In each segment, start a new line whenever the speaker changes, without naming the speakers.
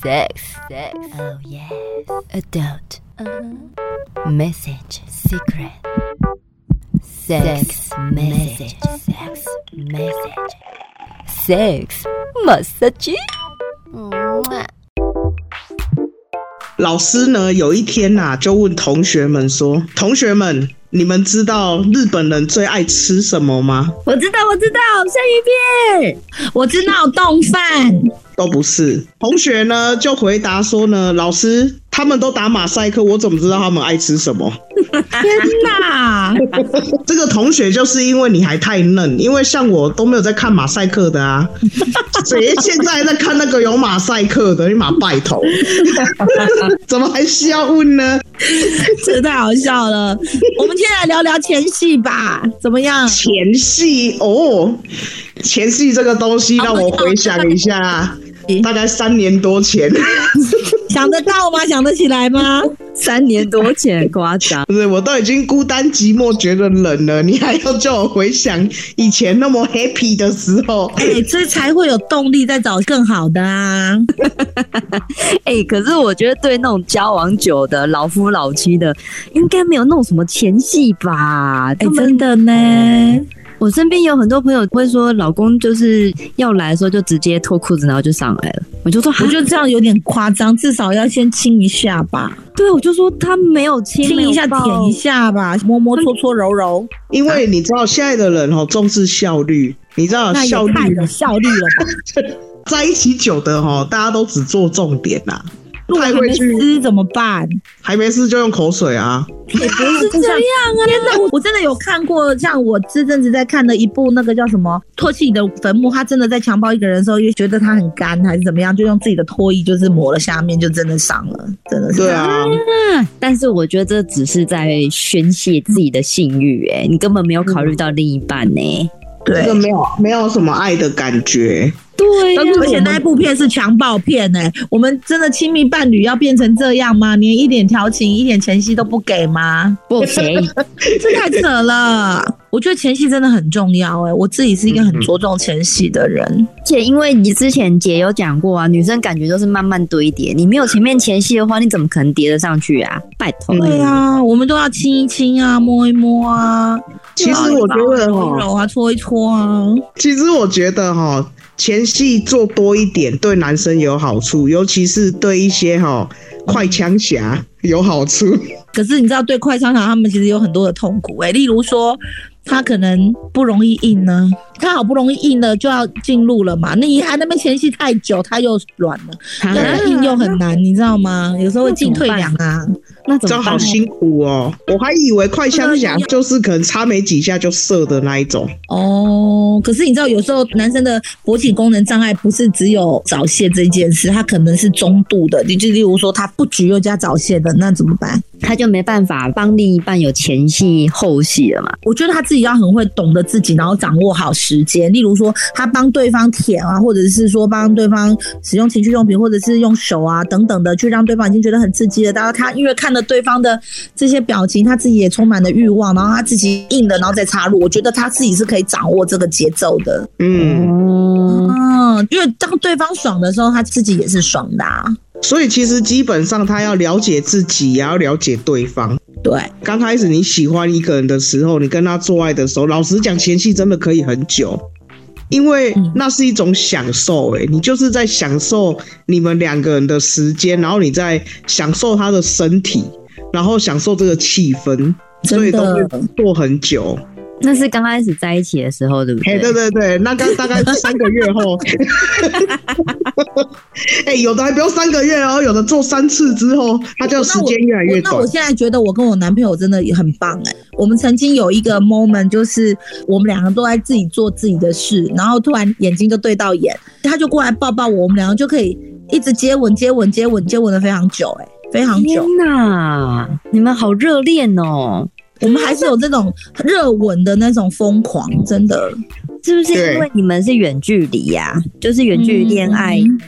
Sex, sex, oh yes. Adult,
Uh-huh.
message, secret. Sex, message, sex, message. Sex, massage.
老师呢，有一天呐、就问同学们说：“同学们，你们知道日本人最爱吃什么吗
我知道，我知道，生鱼片，我知道冻饭，？”
都不是。同学呢，就回答说呢：“老师，他们都打马赛克，我怎么知道他们爱吃什么
天哪！？”
这个同学就是因为你还太嫩，因为像我都没有在看马赛克的啊，谁现在还在看那个有马赛克的？你马拜头， 怎么还需要问呢？
这太好笑了。我们先来聊聊前戏吧，怎么样？
前戏哦，前戏这个东西让我回想一
啊
下，大概三年多前，，
想得到吗？想得起来吗？
三年多前夸张
不是我都已经孤单寂寞觉得冷了，你还要叫我回想以前那么 happy 的时候？
哎、这才会有动力再找更好的啊！
哎、可是我觉得对那种交往久的老夫老妻的，应该没有那种什么前戏吧？
哎、
他们
真的呢，
我身边有很多朋友会说，老公就是要来的时候就直接脱裤子，然后就上来了。我就说，
我
哈
觉得这样有点夸张，至少要先亲一下吧，
对，我就说他没有亲，
亲一下，
没有抱
舔一，下吧，摸摸搓搓揉揉，
因为你知道现在的人哦重视效率，你知道
那
效
也太
率
有效率了吧？
在一起久的哦，大家都只做重点啦、
如果
太
还
会
没
去
撕怎么办？
还没事就用口水啊，
也不是这样啊！天哪，我我真的有看过，像我这阵子在看的一部那个叫什么《唾弃你的坟墓》，他真的在强暴一个人的时候，又觉得他很干还是怎么样，就用自己的唾液就是抹了下面，就真的上了，真的是。
对啊，
嗯但是我觉得这只是在宣泄自己的性欲，
嗯
哎，你根本没有考虑到另一半呢、
这
对
个。没有没有什么爱的感觉。
对呀、
而且那一部片是强暴片呢、我们真的亲密伴侣要变成这样吗？连一点调情、一点前戏都不给吗？
不行，
这太扯了！我觉得前戏真的很重要哎、我自己是一个很着重前戏的人。
而且因为你之前姐有讲过啊，女生感觉都是慢慢堆叠，你没有前面前戏的话，你怎么可能叠得上去啊？拜托，
嗯
对啊，我们都要亲一亲啊，摸一摸啊。
其实我觉得
温
哦，
柔啊，搓一搓啊，
其实我觉得哈，前戏做多一点对男生有好处，尤其是对一些哈快枪侠有好处。
可是你知道，对快枪侠他们其实有很多的痛苦哎、例如说他可能不容易硬呢，他好不容易硬了就要进入了嘛，那你还在那边前戏太久，他又软了，
啊
要再硬又很难，你知道吗？有时候会进退两难。
那怎
这
么
样
办
好？辛苦哦，我还以为快枪侠就是可能插没几下就射的那一种。
哦，可是你知道，有时候男生的勃起功能障碍不是只有早泄这件事，他可能是中度的，就就例如说他不举又加早泄的，那怎么办？
他就没办法帮另一半有前戏后戏了嘛？
我觉得他自己要很会懂得自己，然后掌握好时间。例如说，他帮对方舔啊，或者是说帮对方使用情趣用品，或者是用手啊等等的，去让对方已经觉得很刺激了。然后他因为看了对方的这些表情，他自己也充满了欲望，然后他自己硬了，然后再插入。我觉得他自己是可以掌握这个节奏的。
嗯，
哦，
嗯，因为当对方爽的时候，他自己也是爽的、啊。
所以其实基本上他要了解自己，也要了解对方。
对，
刚开始你喜欢一个人的时候，你跟他做爱的时候，老实讲，前戏真的可以很久，因为
嗯
那是一种享受、欸。你就是在享受你们两个人的时间，然后你在享受他的身体，然后享受这个气氛，所以
真
都会
的。
做很久。
那是刚开始在一起的时候，对不
哎、
对？
对对对，那刚大概三个月后， 哎、有的还不用三个月哦，有的做三次之后，他就时间越来越
我那
短
我。现在觉得我跟我男朋友真的也很棒哎、我们曾经有一个 moment，就是我们两个都在自己做自己的事，然后突然眼睛就对到眼，他就过来抱抱我，我们两个就可以一直接吻、接吻、接吻、接吻的非常久哎、非常久，
天哪，你们好热恋哦！
我们还是有这种热吻的那种疯狂，真的。
是不是
对
因为你们是远距离呀、就是远距离恋爱，
嗯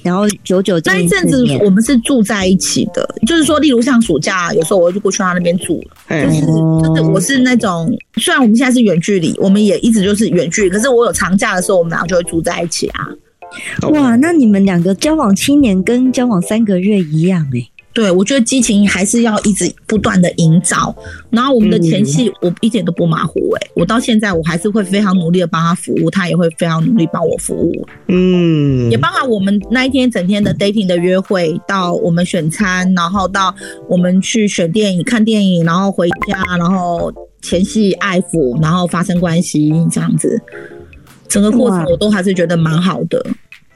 然后久久见
那一
次
阵子
面
我们是住在一起的，就是说，例如像暑假，有时候我就过去他那边住，
哎、
就是就是我是那种，虽然我们现在是远距离，我们也一直就是远距离，可是我有长假的时候，我们俩就会住在一起啊。
哇，那你们两个交往七年跟交往三个月一样哎、
对，我觉得激情还是要一直不断的营造。然后我们的前戏，我一点都不马虎哎、我到现在我还是会非常努力的帮他服务，他也会非常努力帮我服务，
嗯
也，包含我们那一天整天的 dating 的约会，到我们选餐，然后到我们去选电影、看电影，然后回家，然后前戏爱抚，然后发生关系这样子，整个过程
哇
我都还是觉得蛮好的。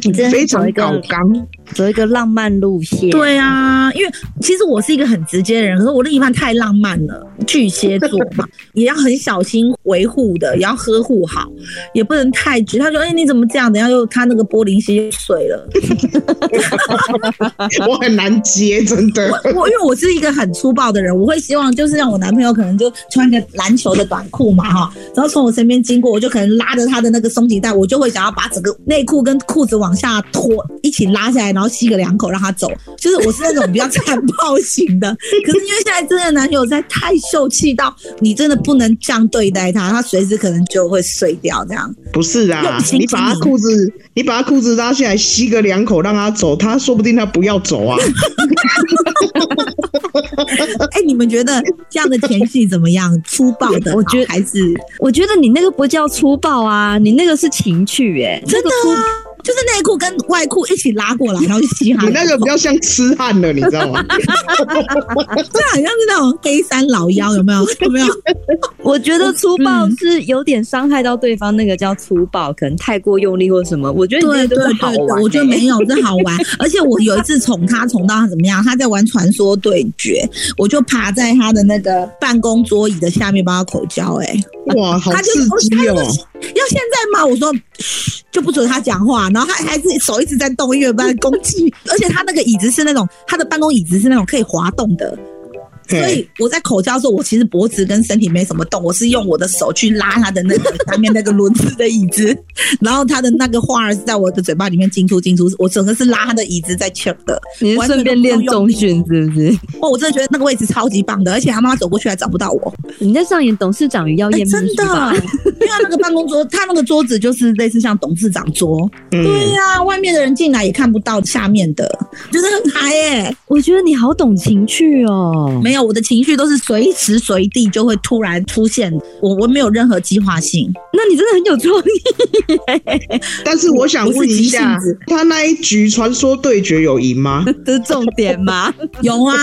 你真的
非
是走
常
一
搞
个
刚，
走一个浪漫路线，，
对啊，因为其实我是一个很直接的人，可是我另一半太浪漫了，巨蟹座嘛， 也要很小心维护的，也要呵护好，也不能太直。他说：“哎、你怎么这样？”等一下又他那个玻璃心又碎了。
我很难接，真的。
我因为我是一个很粗暴的人，我会希望就是让我男朋友可能就穿个篮球的短裤嘛哈，然后从我身边经过，我就可能拉着他的那个松紧带，我就会想要把整个内裤跟裤子往下拖，一起拉下来，然后吸个两口让他走。就是我是那种比较残暴型的，可是因为现在真的男友实在太秀气到，你真的不能这样对待他，他随时可能就会碎掉这样。
不是
用
啊，
心
你把他
经营
裤子，你把他裤子拉下来，吸个两口，让他走，他说不定他不要走啊。
呃
哎、你们觉得这样的前戏怎么样？粗暴的好，
我觉得
还是
我觉得你那个不叫粗暴啊，你那个是情趣哎、这
真
个
的
粗
啊，就是内裤跟外裤一起拉过来，然后就吸哈
你。那个比较像痴汉了，你知道吗？
对啊，很像是那种黑山老妖，有没有？有没有？
我觉得粗暴
嗯
是有点伤害到对方，那个叫粗暴，可能太过用力或什么。我觉得
对
哎你这
对
个就是
对
好
对，
玩、
我觉得
欸
没有，这好玩。而且我有一次宠他宠到他怎么样？他在玩传说对决，我就爬在他的那个办公桌椅的下面帮他口交、哎，
哇，好
他就
刺激哦！
要现在吗？我说嘘就不准他讲话，然后他还是手一直在动，因为把他攻击。而且他那个椅子是那种，他的办公椅子是那种可以滑动的，所以我在口交的时候，我其实脖子跟身体没什么动，我是用我的手去拉他的那个下面那个轮子的椅子，然后他的那个花儿是在我的嘴巴里面进出进出，我整个是拉他的椅子在 check 的。
你是顺便练重训是不是？
哦，我真的觉得那个位置超级棒的，而且他妈妈走过去还找不到我，
你在上演董哦事长与妖
哎、
艳秘
真
书
的
吧？，
因为他那个办公桌，他那个桌子就是类似像董事长桌，
嗯
对啊呀、外面的人进来也看不到下面的，就是很嗨耶、
我觉得你好懂情趣哦。
没有，我的情绪都是随时随地就会突然出现，我我没有任何计划性。
那你真的很有创意。
但是我想问一下
我是急性子，
他那一局传说对决有赢吗？
这是重点 吗？
有啊，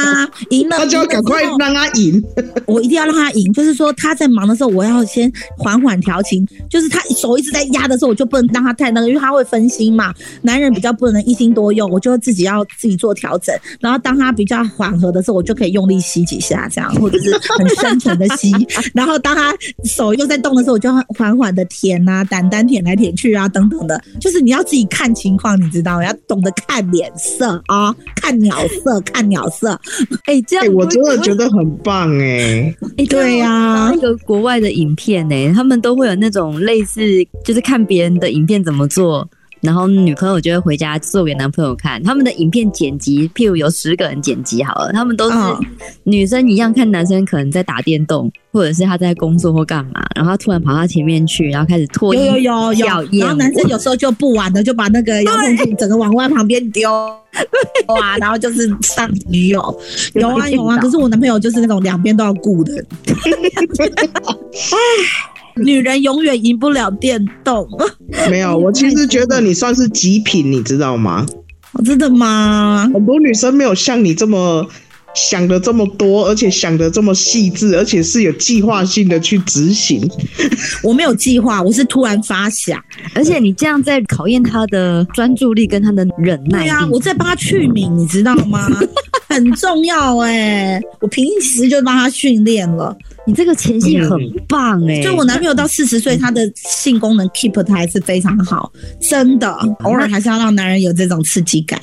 赢了，
他就要赶快
赢了之
让
后
他赢。
我一定要让他赢。就是说他在忙的时候，我要先缓缓调情。就是他手一直在压的时候，我就不能让他太那个，因为他会分心嘛。男人比较不能一心多用，我就自己要自己做调整。然后当他比较缓和的时候，我就可以用力吸几下， 这样或者是很深沉的吸。然后当他手又在动的时候，我就缓缓的舔啊，胆胆舔来舔去啊，等等的。就是你要自己看情况，你知道吗？要懂得看脸色啊、看鸟色，看鸟色。
哎、这样
哎，我真的觉
得，
得很棒哎。
哎
对呀、
那个国外的影片呢、他们都会有那种类似，就是看别人的影片怎么做，然后女朋友就会回家做给男朋友看。他们的影片剪辑，譬如有十个人剪辑好了，他们都是
嗯
女生一样看男生可能在打电动，或者是他在工作或干嘛，然后他突然跑到前面去，然后开始脱衣
有
服
有有有，
跳
然后
艳
男生
舞
有时候就不玩了，就把那个遥控器整个往外旁边丢，哇，然后就是上女友，有啊有啊，可是我男朋友就是那种两边都要顾 的，唉，女人永远赢不了电动，
没有，我其实觉得你算是极品，你知道吗？
真的吗？
很多女生没有像你这么想的这么多，而且想的这么细致，而且是有计划性的去执行。
我没有计划，我是突然发想，
而且你这样在考验他的专注力跟他的忍耐
对
力。
啊，我在帮他去敏，你知道吗？ 很重要哎、我平时就帮他训练了。
你这个前戏很棒哎、
嗯所以我男朋友到四十岁，他的性功能 keep 他还是非常好，真的，偶尔还是要让男人有这种刺激感。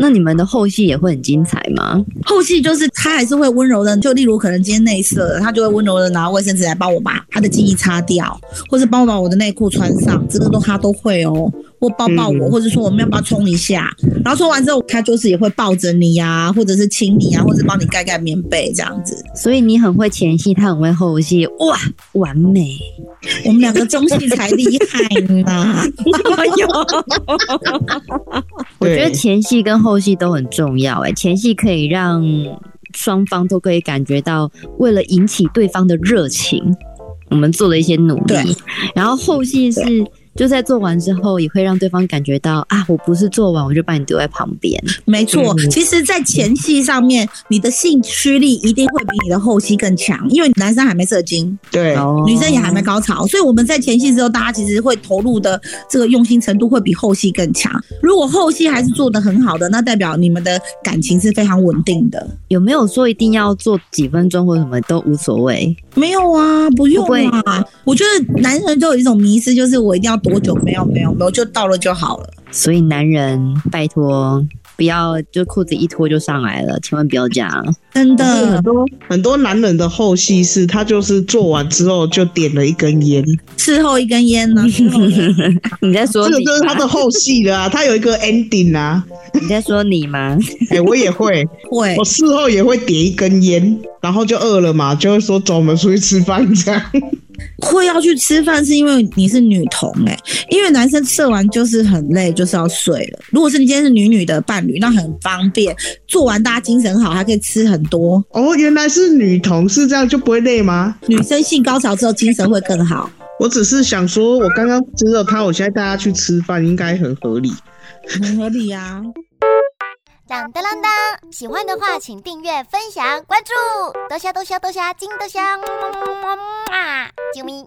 那你们的后戏也会很精彩吗？
后续就是他还是会温柔的，就例如可能今天内射了，他就会温柔的拿卫生纸来帮我把他的精液擦掉，或是帮我把我的内裤穿上，这个都他都会哦。或抱抱我，
嗯
或者说我们要不要冲一下？然后冲完之后，他就是也会抱着你呀、或者是亲你呀、或者是帮你盖盖棉被这样子。
所以你很会前戏，他很会后戏，哇，完美！
我们两个中性才厉害呢。哎
我觉得
对
前戏跟后戏都很重要、哎，前戏可以让双方都可以感觉到，为了引起对方的热情，我们做了一些努
对
力。然后后戏是就在做完之后，也会让对方感觉到啊，我不是做完我就把你丢在旁边。
没错，
嗯
其实，在前戏上面，你的性驱力一定会比你的后戏更强，因为男生还没射精，
对，
哦
女生也还没高潮，所以我们在前戏之后，大家其实会投入的这个用心程度会比后戏更强。如果后戏还是做得很好的，那代表你们的感情是非常稳定的。
有没有说一定要做几分钟或什么都无所谓？
没有啊，不用
会
啊。我觉得男人都有一种迷失，就是我一定要多久？没有，没有，没有，就到了就好了。
所以男人拜托不要就裤子一脱就上来了，千万不要这样。
真
嗯
很
的，
多很多男人的后戏是，他就是做完之后就点了一根烟，
事后一根烟呢、事后
你在说
这个
你
就是他
吗？
的后戏了啊，他有一个 ending 啊。
你在说你吗？
哎、我也会，
会
我事后也会点一根烟，然后就饿了嘛，就会说走，我们出去吃饭 这样。
会要去吃饭，是因为你是女同哎、因为男生射完就是很累，就是要睡了。如果是你今天是女女的伴侣，那很方便，做完大家精神好，还可以吃很多。
哦，原来是女同事这样就不会累吗？
女生性高潮之后精神会更好。
我只是想说，我刚刚吃了他，我现在带他去吃饭应该很合理。
很合理啊。
当当当当！喜欢的话，请订阅、分享、关注，多虾多虾多虾，金多虾，么么么么么啊！啾咪。